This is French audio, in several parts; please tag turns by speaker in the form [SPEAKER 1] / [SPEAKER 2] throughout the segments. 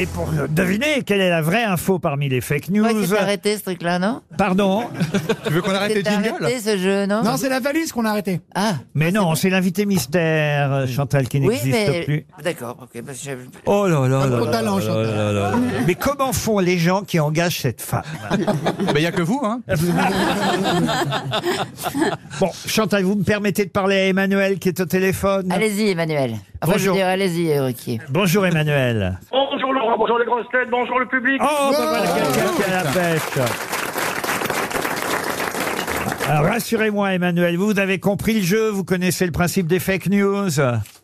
[SPEAKER 1] Et pour deviner quelle est la vraie info parmi les fake news.
[SPEAKER 2] Ouais, c'est arrêté ce truc-là, non
[SPEAKER 1] Pardon
[SPEAKER 3] Tu veux qu'on arrête les
[SPEAKER 2] C'est arrêté
[SPEAKER 3] jingles
[SPEAKER 2] ce jeu, non
[SPEAKER 4] Non, c'est la valise qu'on a arrêtée.
[SPEAKER 2] Ah,
[SPEAKER 1] Mais non, c'est l'invité mystère, euh, Chantal, qui
[SPEAKER 2] oui,
[SPEAKER 1] n'existe
[SPEAKER 2] mais.
[SPEAKER 1] plus.
[SPEAKER 2] D'accord, ok. parce que je-
[SPEAKER 1] Oh là là là
[SPEAKER 4] gros
[SPEAKER 1] là
[SPEAKER 4] talent,
[SPEAKER 1] là
[SPEAKER 4] Chantal.
[SPEAKER 1] là là là. Mais comment font les gens qui engagent cette femme
[SPEAKER 3] Il n'y a que vous, hein
[SPEAKER 1] Bon, Chantal, vous me permettez de parler à Emmanuel qui est au téléphone
[SPEAKER 2] Allez-y, Emmanuel. Enfin, je
[SPEAKER 1] Bonjour.
[SPEAKER 2] veux dire, allez-y, euh, Ruquier.
[SPEAKER 1] Bonjour Emmanuel.
[SPEAKER 5] Bonjour Laurent, bonjour les grosses têtes, bonjour le public.
[SPEAKER 1] Oh, bah voilà quelqu'un qui a la pêche. Alors, Rassurez-moi, Emmanuel, vous, vous avez compris le jeu, vous connaissez le principe des fake news.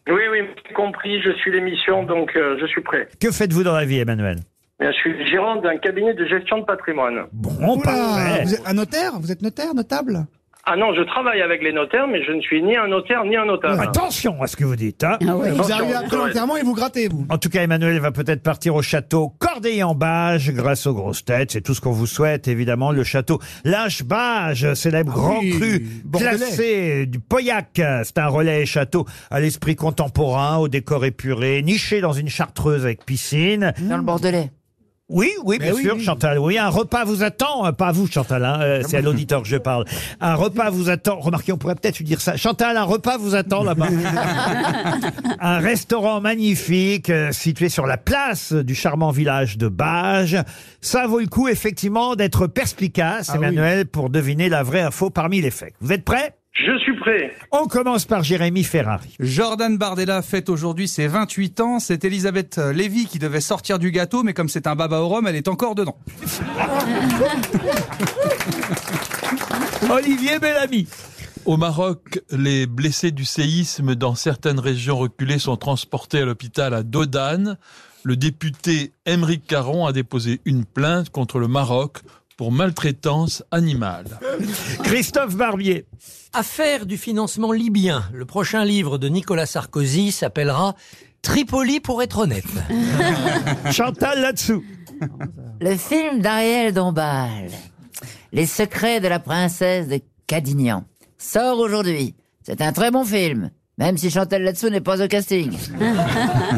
[SPEAKER 5] Oui, oui, compris, je suis l'émission, donc euh, je suis prêt.
[SPEAKER 1] Que faites-vous dans la vie, Emmanuel
[SPEAKER 5] Bien, Je suis gérant d'un cabinet de gestion de patrimoine.
[SPEAKER 1] Bon,
[SPEAKER 4] Oula
[SPEAKER 1] parfait.
[SPEAKER 4] vous êtes Un notaire Vous êtes notaire, notable
[SPEAKER 5] Ah non, je travaille avec les notaires, mais je ne suis ni un notaire ni un notable.
[SPEAKER 1] Attention à ce que vous dites. hein.
[SPEAKER 4] Vous
[SPEAKER 5] Attention,
[SPEAKER 4] arrivez après
[SPEAKER 5] Joël.
[SPEAKER 4] l'enterrement et vous grattez, vous.
[SPEAKER 1] En tout cas, Emmanuel va peut-être partir au château Corday-en-Bage grâce aux grosses têtes. C'est tout ce qu'on vous souhaite, évidemment. Le château Lâche-Bage, célèbre
[SPEAKER 4] Ah
[SPEAKER 1] grand
[SPEAKER 4] oui,
[SPEAKER 1] cru
[SPEAKER 4] bordelais.
[SPEAKER 1] classé du Pauillac. C'est un relais et château à l'esprit contemporain, au décor épuré, niché dans une chartreuse avec piscine.
[SPEAKER 2] Dans le Bordelais.
[SPEAKER 1] Oui, oui,
[SPEAKER 4] Mais
[SPEAKER 1] bien
[SPEAKER 4] oui,
[SPEAKER 1] sûr,
[SPEAKER 4] oui.
[SPEAKER 1] Chantal. Oui, un repas vous attend. euh, Pas à vous, Chantal. hein, euh, c'est à l'auditeur que je parle. Un repas vous attend. Remarquez, on pourrait peut-être lui dire ça. Chantal, un repas vous attend là-bas. un restaurant magnifique euh, situé sur la place du charmant village de Bages. Ça vaut le coup, effectivement, d'être perspicace,
[SPEAKER 4] Ah oui.
[SPEAKER 1] Emmanuel, pour deviner la vraie info parmi les faits. Vous êtes prêts
[SPEAKER 5] Je suis prêt.
[SPEAKER 1] On commence par Jérémy Ferrari.
[SPEAKER 3] Jordan Bardella fête aujourd'hui ses 28 ans. C'est Elisabeth euh, Lévy qui devait sortir du gâteau, mais comme c'est un baba au rhum, elle est encore dedans.
[SPEAKER 1] Olivier Bellamy.
[SPEAKER 6] Au Maroc, les blessés du séisme dans certaines régions reculées sont transportés à l'hôpital à Dodane. Le député Émeric Caron a déposé une plainte contre le Maroc pour maltraitance animale.
[SPEAKER 1] Christophe Barbier.
[SPEAKER 7] Affaire du financement libyen. Le prochain livre de Nicolas Sarkozy s'appellera Tripoli pour être honnête.
[SPEAKER 1] Chantal là-dessous.
[SPEAKER 2] Le film d'Ariel Dombal, Les secrets de la princesse de Cadignan, sort aujourd'hui. C'est un très bon film, même si Chantal Latsou n'est pas au casting.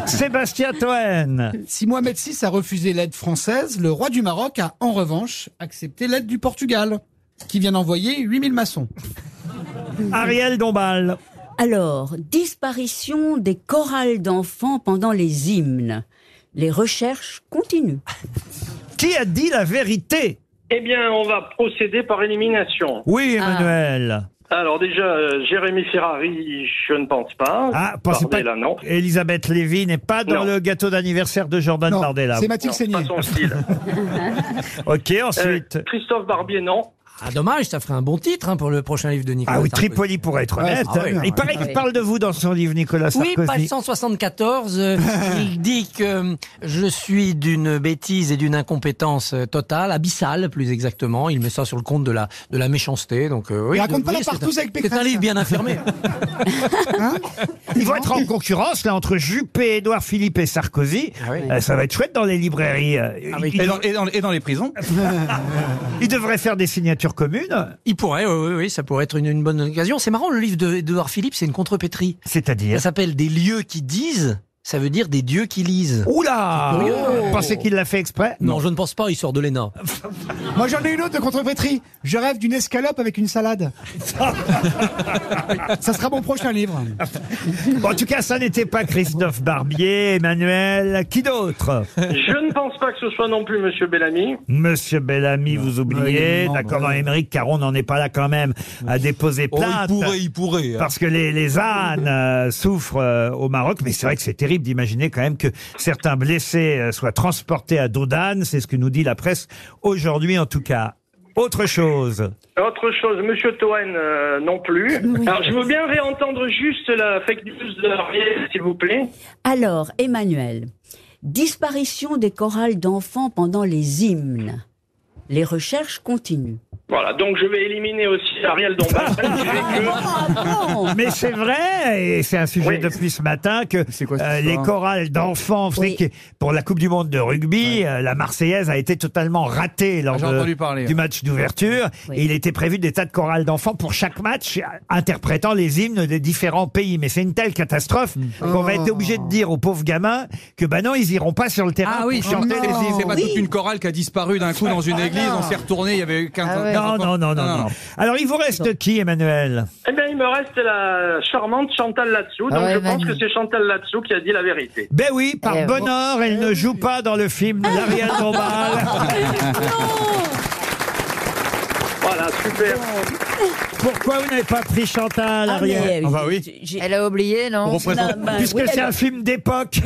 [SPEAKER 1] Sébastien Toen.
[SPEAKER 4] Si Mohamed VI a refusé l'aide française, le roi du Maroc a en revanche accepté l'aide du Portugal, qui vient d'envoyer 8000 maçons.
[SPEAKER 1] Ariel Dombal.
[SPEAKER 8] Alors, disparition des chorales d'enfants pendant les hymnes. Les recherches continuent.
[SPEAKER 1] Qui a dit la vérité
[SPEAKER 5] Eh bien, on va procéder par élimination.
[SPEAKER 1] Oui, Emmanuel.
[SPEAKER 5] Alors déjà, euh, Jérémy Ferrari, je ne pense pas.
[SPEAKER 1] Ah, pensez pas.
[SPEAKER 5] Bardella, non.
[SPEAKER 1] Elisabeth Lévy n'est pas dans
[SPEAKER 5] Non.
[SPEAKER 1] le gâteau d'anniversaire de Jordan
[SPEAKER 4] Non,
[SPEAKER 1] Bardella.
[SPEAKER 4] c'est
[SPEAKER 5] Non,
[SPEAKER 4] Mathilde
[SPEAKER 5] pas
[SPEAKER 4] Seigné.
[SPEAKER 5] son style.
[SPEAKER 1] Ok,
[SPEAKER 5] Euh,
[SPEAKER 1] ensuite.
[SPEAKER 5] Christophe Barbier, non.
[SPEAKER 7] Ah dommage, ça ferait un bon titre hein, pour le prochain livre de Nicolas
[SPEAKER 1] Ah oui,
[SPEAKER 7] Sarkozy.
[SPEAKER 1] Tripoli pour être
[SPEAKER 4] Ouais,
[SPEAKER 1] honnête.
[SPEAKER 4] c'est très bien,
[SPEAKER 1] il paraît qu'il parle de vous dans son livre, Nicolas
[SPEAKER 7] Oui, page
[SPEAKER 1] Sarkozy.
[SPEAKER 7] 174, euh, il dit que euh, je suis d'une bêtise et d'une incompétence euh, totale, abyssale plus exactement. Il met ça sur le compte de la, de la méchanceté. Donc, euh, oui,
[SPEAKER 4] Il raconte
[SPEAKER 7] vous
[SPEAKER 4] pas la
[SPEAKER 7] voyez, c'est
[SPEAKER 4] partouze
[SPEAKER 7] un-
[SPEAKER 4] avec
[SPEAKER 7] C'est un
[SPEAKER 4] Pécresse,
[SPEAKER 7] livre
[SPEAKER 4] là.
[SPEAKER 7] bien affirmé.
[SPEAKER 1] Ils vont être en concurrence là entre Juppé, Édouard Philippe et Sarkozy.
[SPEAKER 7] Ah oui.
[SPEAKER 1] Euh, ça va être chouette dans les librairies. Euh,
[SPEAKER 7] Avec-
[SPEAKER 1] ils,
[SPEAKER 3] Et dans, et dans- et dans les prisons
[SPEAKER 1] ils devraient faire des signatures communes,
[SPEAKER 7] Il pourrait, oui, oui, oui, ça pourrait être une, une bonne occasion. C'est marrant, le livre de- d'Edouard Philippe, c'est une contrepétrie. Ça
[SPEAKER 1] c'est-à-dire.
[SPEAKER 7] s'appelle Des lieux qui disent, ça veut dire des dieux qui lisent.
[SPEAKER 1] Oula
[SPEAKER 7] curieux.
[SPEAKER 1] Vous Pensez qu'il l'a fait exprès
[SPEAKER 7] Non, je ne pense pas, il sort de l'ENA.
[SPEAKER 4] Moi j'en ai une autre de contrepétrie. Je rêve d'une escalope avec une salade. Ça sera mon prochain livre.
[SPEAKER 1] Bon, En tout cas, ça n'était pas Christophe Barbier, Emmanuel. Qui d'autre
[SPEAKER 5] Je ne pense pas que ce soit non plus Monsieur Bellamy.
[SPEAKER 1] Monsieur Bellamy, vous oubliez.
[SPEAKER 4] non,
[SPEAKER 1] D'accord,
[SPEAKER 4] bah,
[SPEAKER 1] non, Émeric Caron n'en est pas là quand même à déposer
[SPEAKER 6] Oh, il
[SPEAKER 1] plainte.
[SPEAKER 6] pourrait, il pourrait. hein.
[SPEAKER 1] Parce que les, les ânes euh, souffrent euh, au Maroc, mais c'est vrai que c'est terrible d'imaginer quand même que certains blessés euh, soient transportés à Dodane. C'est ce que nous dit la presse aujourd'hui, en tout cas. Autre chose.
[SPEAKER 5] Autre chose, Monsieur Toen, euh, non plus. Alors, je veux bien réentendre juste la fake news de Ariel, s'il vous plaît.
[SPEAKER 8] Alors, Emmanuel, disparition des chorales d'enfants pendant les hymnes. les recherches continuent.
[SPEAKER 5] Voilà, donc je vais éliminer aussi Ariel Dombal.
[SPEAKER 1] Ah.
[SPEAKER 8] Ah,
[SPEAKER 1] Mais c'est vrai, et c'est un sujet depuis ce matin, que euh, les chorales d'enfants, vous savez que pour la Coupe du Monde de rugby, euh, la Marseillaise a été totalement ratée lors
[SPEAKER 3] Ah, j'ai
[SPEAKER 1] de-
[SPEAKER 3] entendu parler,
[SPEAKER 1] du
[SPEAKER 3] ouais.
[SPEAKER 1] match d'ouverture.
[SPEAKER 8] Oui.
[SPEAKER 1] Et il était prévu des tas de chorales d'enfants pour chaque match, interprétant les hymnes des différents pays. Mais c'est une telle catastrophe
[SPEAKER 3] Mm.
[SPEAKER 1] qu'on va
[SPEAKER 3] Oh.
[SPEAKER 1] être obligé de dire aux pauvres gamins que bah non, ils iront pas sur le terrain
[SPEAKER 3] Ah oui,
[SPEAKER 1] pour
[SPEAKER 3] c'est
[SPEAKER 1] chanter les hymnes.
[SPEAKER 3] c'est pas toute une chorale qui a disparu d'un coup dans une église, on s'est retourné, il y avait 15
[SPEAKER 2] Ah ouais.
[SPEAKER 1] Non, non, non, non, non. Alors, il vous reste qui, Emmanuel
[SPEAKER 5] Eh bien, il me reste la charmante Chantal Latsou. Donc,
[SPEAKER 2] Ah ouais,
[SPEAKER 5] je pense
[SPEAKER 2] Manu.
[SPEAKER 5] que c'est Chantal Latsou qui a dit la vérité.
[SPEAKER 1] Ben oui, par
[SPEAKER 2] Eh, bon.
[SPEAKER 1] bonheur, elle ne joue pas dans le film L'Ariel Dombal.
[SPEAKER 5] Voilà, super.
[SPEAKER 1] Ah Pourquoi vous n'avez pas pris Chantal, Ariel
[SPEAKER 3] Ah bah oui.
[SPEAKER 2] Elle a oublié, non
[SPEAKER 8] bah
[SPEAKER 1] Puisque c'est un film d'époque.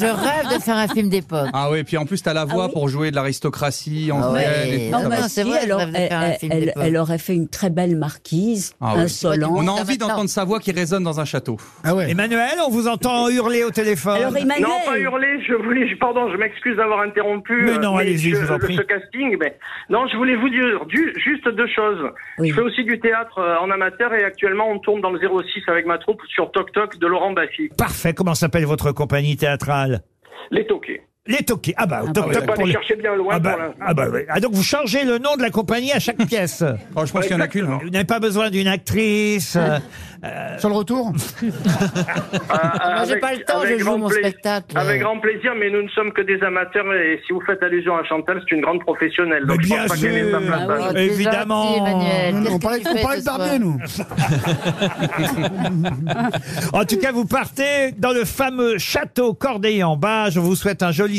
[SPEAKER 2] Je rêve de faire un film d'époque.
[SPEAKER 3] Ah ouais, puis en plus t'as la voix
[SPEAKER 8] Ah oui.
[SPEAKER 3] pour jouer de l'aristocratie
[SPEAKER 2] Ah ouais.
[SPEAKER 3] anglaise. et tout
[SPEAKER 2] Non,
[SPEAKER 3] ça.
[SPEAKER 2] mais-
[SPEAKER 3] Bah,
[SPEAKER 2] c'est vrai,
[SPEAKER 8] elle,
[SPEAKER 2] je
[SPEAKER 8] aura-
[SPEAKER 2] rêve de faire un
[SPEAKER 8] elle-
[SPEAKER 2] film
[SPEAKER 8] elle-
[SPEAKER 2] d'époque.
[SPEAKER 8] elle aurait fait une très belle marquise,
[SPEAKER 3] Ah ouais.
[SPEAKER 8] insolente.
[SPEAKER 3] On a
[SPEAKER 2] Ça va
[SPEAKER 3] envie
[SPEAKER 2] maintenant.
[SPEAKER 3] d'entendre sa voix qui résonne dans un château. Oh,
[SPEAKER 4] Ah ouais.
[SPEAKER 1] Emmanuel, on vous entend hurler au téléphone.
[SPEAKER 8] Alors Emmanuel,
[SPEAKER 5] Non, pas hurler, je voulais, je- pardon, je m'excuse d'avoir interrompu
[SPEAKER 1] Mais
[SPEAKER 5] euh,
[SPEAKER 1] non, allez-y,
[SPEAKER 5] ce-
[SPEAKER 1] je vous en
[SPEAKER 5] le-
[SPEAKER 1] prie.
[SPEAKER 5] ce casting. Mais non, je voulais vous dire du- juste deux choses.
[SPEAKER 8] Oui.
[SPEAKER 5] Je fais aussi du théâtre euh, en amateur et actuellement on tourne dans le 06 avec ma troupe sur Toc Toc de Laurent Baffy.
[SPEAKER 1] Parfait, comment s'appelle votre compagnie théâtrale
[SPEAKER 5] Les toqués.
[SPEAKER 1] Les Toqués. Ah bah, toc,
[SPEAKER 8] bah,
[SPEAKER 5] Je
[SPEAKER 1] toc
[SPEAKER 5] peux pas
[SPEAKER 1] pour
[SPEAKER 5] les
[SPEAKER 1] les-
[SPEAKER 5] chercher bien loin
[SPEAKER 1] Ah bah,
[SPEAKER 5] pour l'instant.
[SPEAKER 1] ah bah oui. Ah donc vous changez le nom de la compagnie à chaque pièce.
[SPEAKER 3] Oh, je pense qu'il y en a qu'une. hein.
[SPEAKER 1] Vous n'avez pas besoin d'une actrice. euh,
[SPEAKER 4] Sur le retour
[SPEAKER 5] Euh,
[SPEAKER 2] Moi, j'ai
[SPEAKER 5] avec-
[SPEAKER 2] pas le temps,
[SPEAKER 5] avec
[SPEAKER 2] je joue
[SPEAKER 5] grand
[SPEAKER 2] mon
[SPEAKER 5] pla-
[SPEAKER 2] spectacle.
[SPEAKER 5] Avec grand plaisir, mais nous ne sommes que des amateurs et si vous faites allusion à Chantal, c'est une grande professionnelle. Donc
[SPEAKER 1] Mais
[SPEAKER 5] je
[SPEAKER 1] bien
[SPEAKER 5] pense pas qu'elle ait sa
[SPEAKER 1] sûr.
[SPEAKER 5] place.
[SPEAKER 2] Ah ouais, t'es
[SPEAKER 1] Évidemment.
[SPEAKER 2] gentil, Emmanuel.
[SPEAKER 4] Non, non,
[SPEAKER 2] Qu'est-ce
[SPEAKER 4] On
[SPEAKER 2] que
[SPEAKER 4] parlait
[SPEAKER 2] tu fais
[SPEAKER 4] on parlait
[SPEAKER 2] ce
[SPEAKER 4] de
[SPEAKER 2] soir
[SPEAKER 4] Barbier, nous.
[SPEAKER 1] En tout cas, vous partez dans le fameux château Corday en bas. Je vous souhaite un joli